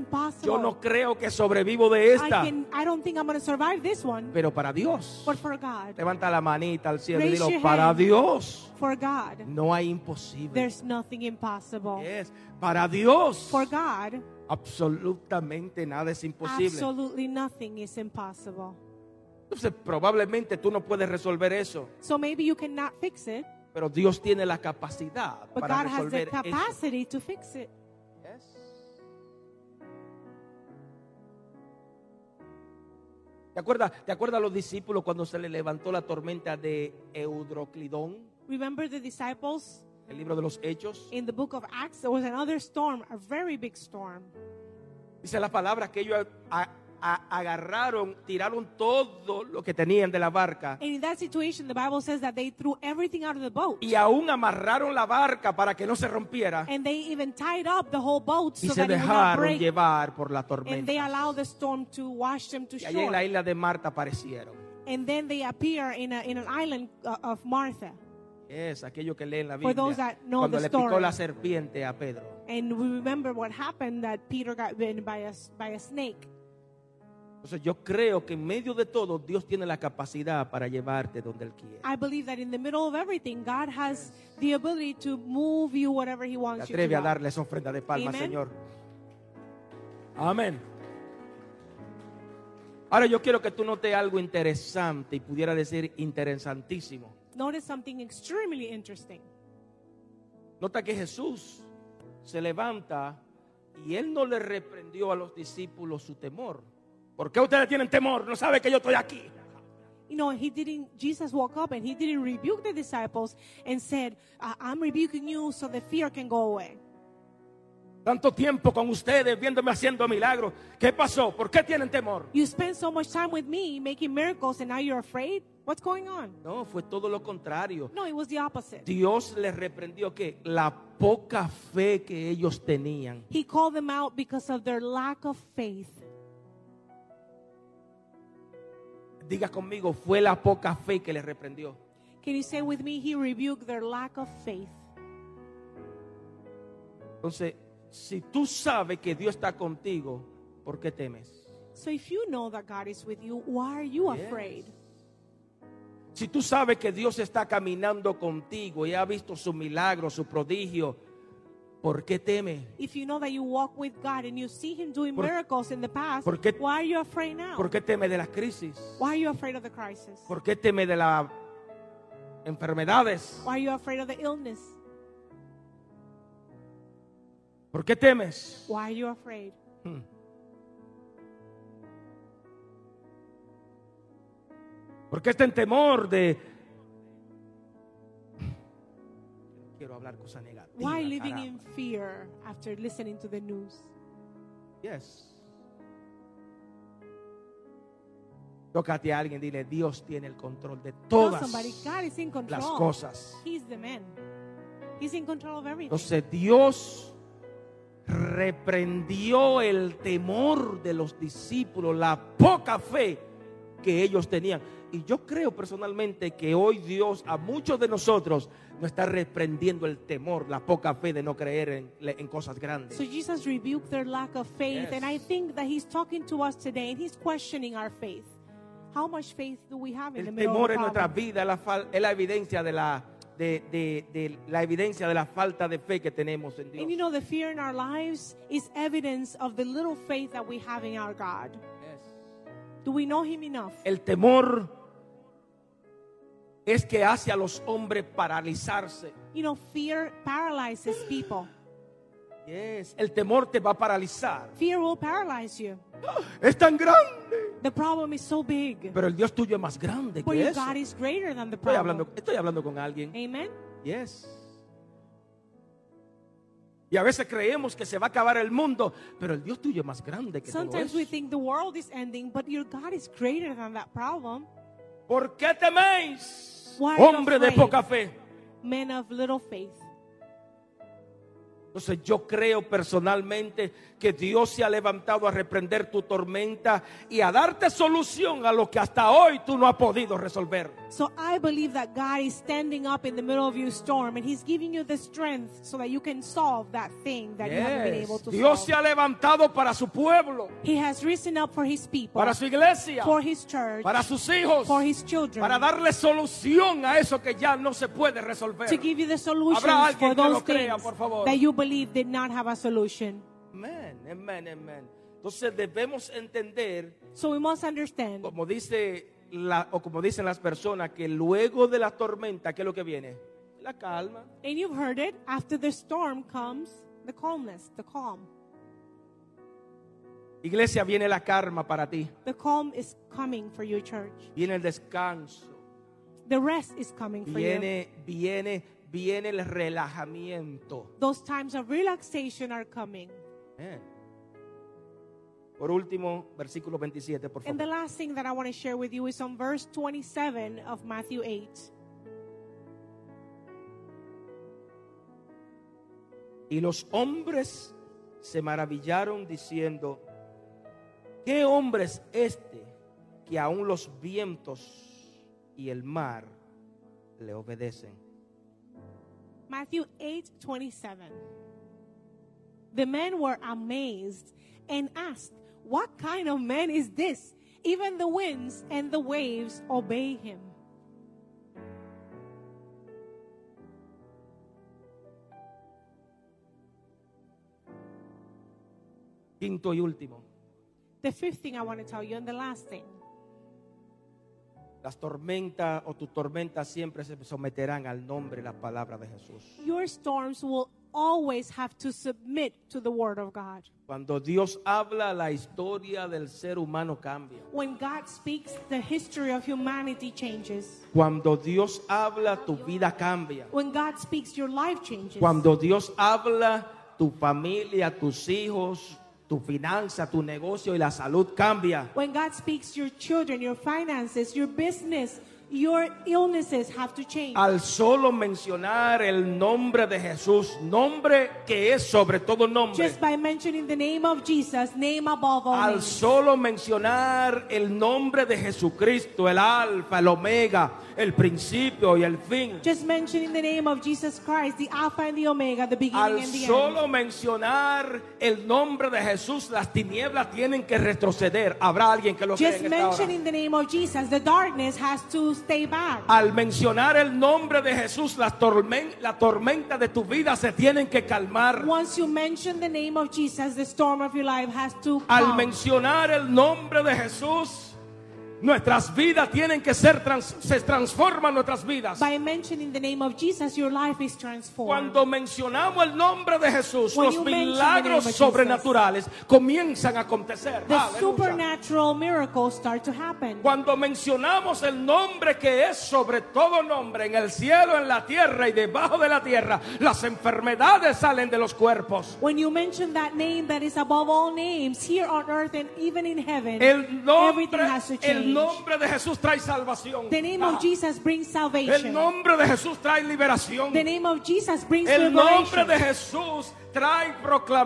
impossible.
creo que sobrevivo de
I,
esta.
can, I don't think I'm going to survive this one.
Pero para Dios,
But for God,
levanta la manita al cielo y
Raise
dilo,
your
para
hand.
Dios.
for God,
No hay imposible.
there's nothing impossible.
Yes. Para Dios,
For God,
absolutamente nada es imposible.
absolutely nothing is impossible.
Entonces, probablemente tú no puedes resolver eso,
So maybe you cannot fix it,
pero Dios tiene la capacidad
but
para
God has the
resolver eso.
capacity to fix it.
¿Te acuerdas? ¿Te acuerdas a los discípulos cuando se le levantó la tormenta de Eudroclidón?
Remember the disciples
El libro de los Hechos.
in the book of Acts? There was another storm, a very big storm.
Dice la palabra que ellos a- a- agarraron, tiraron todo lo que tenían de la barca.
And in that situation, the Bible says that they threw everything out of the boat.
Y aún amarraron la barca para que no se rompiera.
And they even tied up the whole boat
Y
so
se
that it would not
dejaron
break.
llevar por la
And they
tormenta.
allow the storm to wash them to
Y allí en la
shore.
isla de Marta aparecieron.
And then they appear in, a, in an island uh, of Martha.
Es aquello que leen la
For those
Biblia.
that know
Cuando
the
le picó
story.
la serpiente a Pedro.
And we remember what happened that Peter got bitten by a, s- by a snake.
Entonces yo creo que en medio de todo Dios tiene la capacidad para llevarte donde Él quiere.
I believe that in the middle of everything, God has the ability to move you whatever He
Te
wants you to.
atreve a
do.
darle esa ofrenda de palmas,
Amen.
Señor. Amén. Ahora yo quiero que tú notes algo interesante y pudiera decir interesantísimo.
Notice something extremely interesting.
Nota que Jesús se levanta y él no le reprendió a los discípulos su temor. ¿Por qué ustedes tienen temor? No saben que yo estoy aquí.
You know, he didn't, Jesus woke up and he didn't rebuke the disciples and said, "I- I'm rebuking you so the fear can go away.
Tanto tiempo con ustedes viéndome haciendo milagros. ¿Qué pasó? ¿Por qué tienen temor?
You spend so much time with me making miracles and now you're afraid? What's going on?
No, fue todo lo contrario.
No, it was the opposite.
Dios les reprendió que la poca fe que ellos tenían.
He called them out because of their lack of faith.
Diga conmigo, fue la poca fe que les reprendió.
Can you say with me, he rebuked their lack of faith?
Entonces, si tú sabes que Dios está contigo, ¿por qué temes?
So if you know that God is with you, why are you
Yes.
afraid?
Si tú sabes que Dios está caminando contigo y ha visto su milagro, su prodigio, ¿por qué temes?
If you know that you walk with God and you see Him doing
Por-
miracles in the past,
¿Por qué-
why are you afraid now?
¿Por qué temes de las crisis?
Why are you afraid of the crisis?
¿Por qué temes de las enfermedades?
Why are you afraid of the illness?
¿Por qué temes?
Why are you afraid?
Hmm. ¿Por qué está en temor de... Quiero hablar cosas negativas.
Why living in
caramba.
fear after listening to the news?
Yes. Tócate a alguien, dile, Dios tiene el control de
Tell
todas
somebody, God is in control.
las cosas.
He's the man. He's in control of everything.
Entonces Dios reprendió el temor de los discípulos, la poca fe que ellos tenían. Y yo creo personalmente que hoy Dios a muchos de nosotros nos está reprendiendo el temor, la poca fe de no creer en, en cosas grandes.
So Jesus rebuked their lack of faith,
Yes.
and I think that He's talking to us today, and He's questioning our faith. How much faith do we have in the
El
middle
temor
of
en
the
nuestras
problem?
vidas la fal- es la evidencia de la, de, de- de la evidencia de la falta de fe que tenemos en Dios.
And you know, the fear in our lives is evidence of the little faith that we have in our God. Do we know Him enough?
El temor es que hace a los hombres paralizarse.
You know, fear paralyzes people.
Yes. El temor te va a paralizar.
Fear will paralyze you.
Es tan grande.
The problem is so big.
Pero el Dios tuyo es más grande
But
que
your
eso.
God is greater than the
Estoy
problem.
hablando, estoy hablando con alguien.
Amen?
Yes. Y a veces creemos que se va a acabar el mundo, pero el Dios tuyo es más grande que todo
Sometimes
eso.
we think the world is ending, but your God is greater than that problem.
¿Por qué teméis?
Why are you
Hombre de
afraid?
poca fe.
Men of little faith.
Entonces yo creo personalmente que Dios se ha levantado a reprender tu tormenta y a darte solución a lo que hasta hoy tú no has podido resolver.
So I believe that God is standing up in the middle of your storm and He's giving you the strength so that you can solve that thing that you haven't been
Yes.
able to
Dios se
solve.
ha levantado para su pueblo,
He has risen up for His people,
para su iglesia,
for His church,
para sus hijos,
for His children,
para darle solución a eso que ya no se puede resolver.
to give you the solutions
alguien que
for
lo
those
crea,
things
por favor.
that you believe did not have a solution.
Amén, amén, amén. Entonces debemos entender
So we must understand,
como dice la, o como dicen las personas que luego de la tormenta, ¿qué es lo que viene? La calma.
and you've heard it, after the storm comes the calmness, the calm.
Iglesia, viene la calma para ti.
The calm is coming for your church.
Viene el descanso.
The rest is coming for you.
Viene, viene, viene el relajamiento.
Those times of relaxation are coming.
Amén. Por último, versículo 27, por
And the
favor.
last thing that I want to share with you is on verse 27 of Matthew 8.
Y los hombres se maravillaron diciendo, ¿qué hombre es este que aún los vientos y el mar le obedecen?
Matthew 8 27. The men were amazed and asked, What kind of man is this? Even the winds and the waves obey him.
Quinto y último,
The fifth thing I want to tell you, and the last thing,
las tormentas o tus tormentas siempre se someterán al nombre y la palabra de Jesús.
your storms will always have to submit to the word of God.
Cuando Dios habla, la historia del ser humano cambia.
When God speaks, the history of humanity changes.
Cuando Dios habla, tu vida cambia.
When God speaks, your life changes.
Cuando Dios habla, tu familia, tus hijos, tu finanza, tu negocio y la salud cambia.
When God speaks, your children, your finances, your business, your illnesses have to change.
Al solo mencionar el nombre de Jesús, nombre que es sobre todo nombre.
Just by mentioning the name of Jesus, name above all
Al
names.
solo mencionar el nombre de Jesucristo, el alfa, el omega, el principio y el fin.
Just mentioning the name of Jesus Christ, the Alpha and the Omega, the beginning
Al
and the
solo
end.
mencionar el nombre de Jesús, las tinieblas tienen que retroceder. Habrá alguien que lo crea
Just
en esta hora?
mentioning the name of Jesus, the darkness has to stay back.
Al mencionar el nombre de Jesús, las tormen- la tormenta de tu vida se tienen que calmar.
Once you mention the name of Jesus, the storm of your life has to
Al
calm.
mencionar el nombre de Jesús, nuestras vidas tienen que ser trans- se transforman nuestras vidas.
By mentioning the name of Jesus, your life is transformed.
Cuando mencionamos el nombre de Jesús,
When
los
you mention the name of
milagros
Jesus,
sobrenaturales comienzan a acontecer.
The
Aleluya.
supernatural miracles start to happen.
Cuando mencionamos el nombre que es sobre todo nombre en el cielo, en la tierra y debajo de la tierra, las enfermedades salen de los cuerpos.
When you mention that name that is above all names, here on earth and even in heaven,
El nombre,
everything has to
el
change.
nombre de Jesús trae salvación.
the name
Ah,
of Jesus brings salvation.
El nombre de Jesús trae liberación.
the name of Jesus brings
El nombre
liberation.
de Jesús trae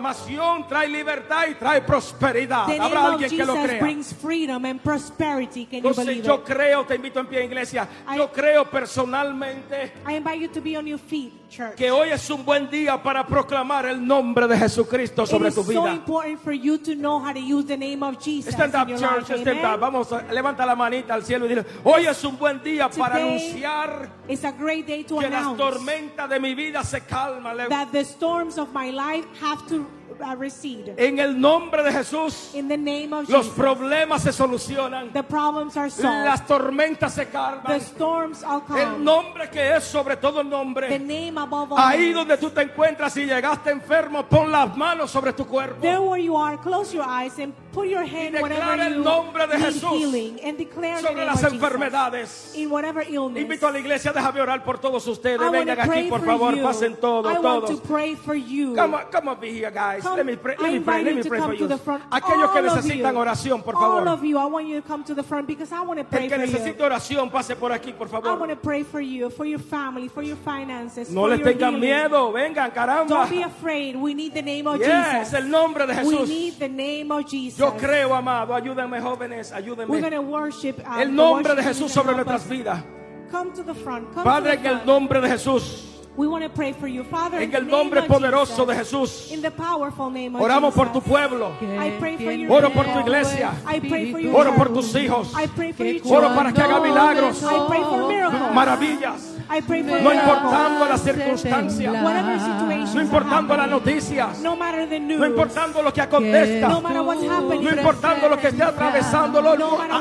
proclamación, trae libertad y trae prosperidad.
the name
Habrá
of
alguien que lo
Jesus
crea.
brings freedom and prosperity. Can you
Entonces
believe
yo
it?
creo, te invito en pie iglesia, yo
I-
creo personalmente
I invite you to be on your feet, church.
que hoy es un buen día para proclamar el nombre de Jesucristo sobre
it
tu
is so
vida.
important for you to know how to use the name of Jesus
Stand
in
up,
your
church,
life.
stand
Amen?
up. Vamos, a- levanta la manita al cielo y dile, hoy es un buen día para
Today,
anunciar
It's a great day to
que las
announce
tormentas de mi vida se calman. Le-
that the storms of my life have to uh, recede.
En el nombre de Jesús,
In the name of
Eh, los
Jesus,
problemas se solucionan,
the problems are solved.
las tormentas se
The
calman.
storms are
El
calm.
nombre que es sobre todo
The
nombre.
name above all.
Ahí
names.
donde tú te encuentras, si llegaste enfermo, pon las manos sobre tu
There
cuerpo.
where you are, close your eyes and put your
Y
hand
declara
whenever
el
you
nombre de
need
Jesús
healing and declare the
Sobre
name
las
of Jesus.
enfermedades.
in whatever illness.
Invito a la iglesia, déjame orar por todos ustedes.
I want
Vengan
to
aquí,
pray
por
for
favor,
you.
pasen todos,
I want to
todos.
pray for you.
Come on, come on, be here, guys.
Come,
let me pray, let me
I
pray,
invite
let
you
me
to
pray for
come to
you.
the front.
Aquellos que
All of
necesitan
you.
oración, por
All
favor.
of you, I want you to come to the front because I want to pray
El que
for
necesite
you.
oración, pase por aquí, por
I want
favor.
to pray for you, for your family, for your finances,
No
for
les
your
tengan
healing.
miedo, vengan, caramba.
Don't be afraid. We need the name of
Yes,
Jesus.
el nombre de
We
Jesús.
need the name of Jesus.
Yo creo, amado, ayúdenme, jóvenes,
We're going
ayúdenme.
to worship uh,
El
the
nombre de
worship
Jesús
team
sobre
help
nuestras
us.
vidas.
Come to the front. Come
Padre,
to
en
the
el
front.
nombre de Jesús,
We want to pray for you, Father.
en
in the
el
name
nombre
of
poderoso
Jesus.
de Jesús,
In the powerful name of
oramos
Jesus.
por tu pueblo.
I pray for your
Oro por tu
people.
iglesia.
I pray for your
Oro por
church.
tus hijos.
I pray for your
Oro
church.
para que haga milagros,
I pray for miracles.
maravillas.
I pray for
No
miracles.
importando las circunstancias,
Whatever situation.
no importando las noticias,
No matter the news.
no importando lo que acontezca,
No matter what's happening.
no importando lo que esté atravesando lo-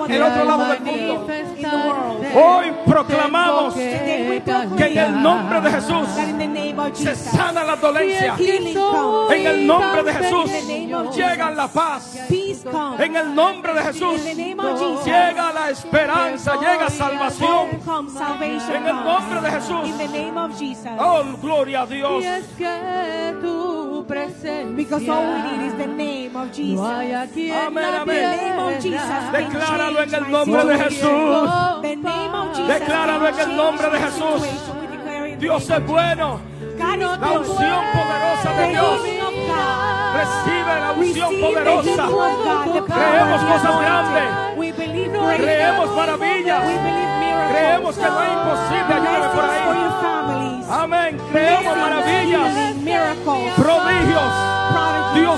el otro lado del mundo. Hoy proclamamos que
Today we proclaim
en el nombre de Jesús
That in the name of
se
Jesus.
sana la dolencia.
Healing comes.
En el nombre de Jesús llega la paz.
Peace comes.
En el nombre de Jesús
in the name of Jesus.
llega la esperanza, llega salvación.
Hope comes. Salvation
En el
comes.
nombre de Jesús.
In the name of Jesus.
Oh, gloria a Dios.
Y es que tu presencia
Because all we need is the name of Jesus.
no hay aquí en
Amén,
la
amén.
The name of
tierra.
Jesus can
Decláralo en
change
el
my
nombre de
situation.
Jesús.
The name of Jesus
Decláralo en
can
el
change
nombre de
my
Jesús.
situation. We declare it.
Dios es bueno.
God is
La
good.
unción poderosa
The
de Dios.
healing of God.
Recibe la unción
Receive the healing
poderosa.
of God, the power
Creemos
of the
cosas
anointing.
grandes.
We believe
Creemos
miracles.
maravillas.
We believe miracles.
Creemos que no es imposible. Ayúdame por
Blessings for
ahí.
your families.
Amén. Creemos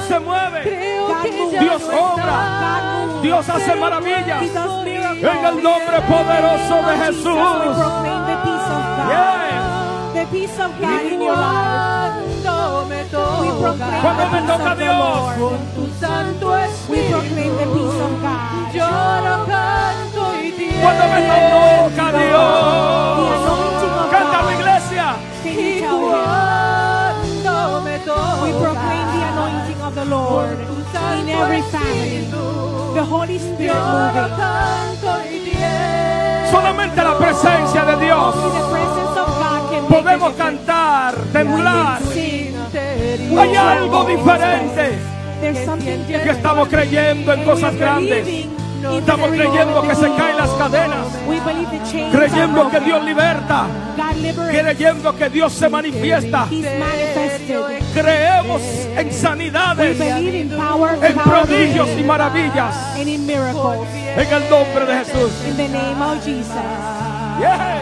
puede.
Creo que
Dios
ya no
Dios obra.
estás.
Dios hace maravillas.
He does miracles.
En el nombre poderoso de
Jesus, we
Jesús.
proclaim the peace of God.
Yeah.
The peace of God in your life.
Cuando me
We
toca
proclaim
Cuando me
the peace
toca
of the
Dios.
Lord.
tu santo
We proclaim the
espíritu,
peace of God.
yo lo canto y
Cuando me
tiemblo.
toca
The
Dios.
anointing of
Canta mi
God.
iglesia.
Can you
Y
tell him?
cuando me
We proclaim the
toca
anointing of the
por
Lord
tu
in
santo
every family.
espíritu,
The Holy
yo
Spirit
lo
moving.
canto y tiemblo.
Solamente la presencia de Dios.
Only the presence of God can make
Podemos
a difference.
cantar, temblar.
We can sing.
Interior.
Hay algo diferente.
There's something
Que
different.
estamos creyendo en
And
cosas
we're
grandes.
believing in
Estamos
the
creyendo que se
miracle.
caen las cadenas.
We believe the chains are
Creyendo que
broken.
Dios liberta.
God liberates.
Creyendo que Dios se manifiesta.
He's manifested.
Creemos en
We
sanidades,
believe in power,
en
power of
prodigios y
healing,
maravillas.
and in miracles.
En el nombre de Jesús.
In the name of Jesus.
Yeah.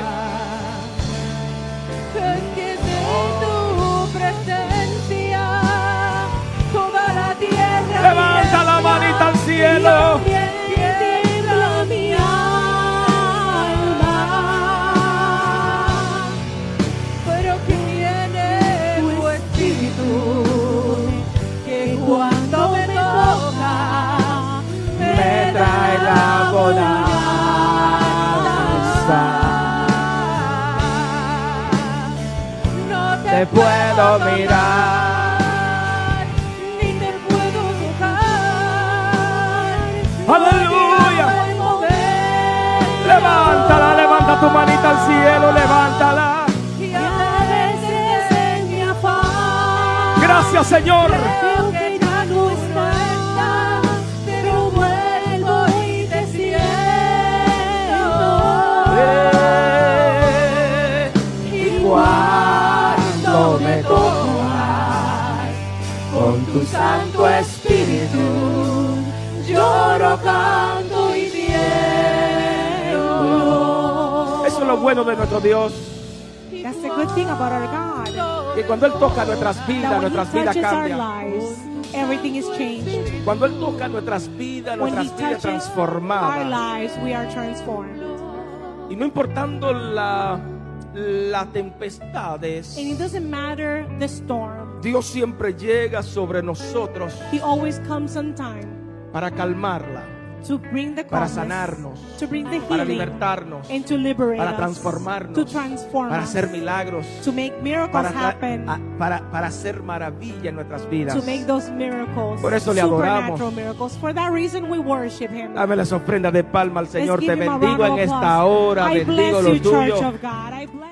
Es que de tu presencia toda la tierra
Levanta la manita al cielo.
tiembla mi alma, pero que viene tu espíritu, que cuando me toca me trae la bonanza. No te, puedo mirar, ni te puedo tocar.
Aleluya. Levántala, levanta tu manita al cielo, levántala.
Y a veces en mi afán,
Gracias, Señor.
creo que ya no estás, pero vuelvo y te siento. Y cuando me tocas con tu Santo Espíritu, lloro, canto y tiemblo.
Eso es lo bueno de nuestro Dios.
That's the good thing about our God.
Que cuando Él toca nuestras vidas,
That when
nuestras
He
vidas
touches our
cambian.
lives, everything is changed.
Cuando Él toca nuestras vidas,
When He
nuestras vidas
touches our
transformadas.
lives, we are transformed.
Y no importando la, las tempestades,
And it doesn't matter the storm,
Dios siempre llega sobre nosotros
He always comes on time
para calmarla,
to bring the
Para
calmness,
sanarnos,
to bring the
para
healing,
libertarnos,
and to liberate
para
us,
transformarnos,
to transform
para
us,
hacer milagros,
to make miracles
para,
happen,
a- para, para hacer maravilla en nuestras vidas.
to make those miracles,
Por eso le
supernatural
adoramos.
miracles. For that reason, we worship Him.
Dame las ofrendas de palma al
Let's
Señor.
give
Te
him a round
bendigo
of
en esta
applause.
hora.
I
Bendigo
bless
lo
you, Church
tuyo.
of God. I bless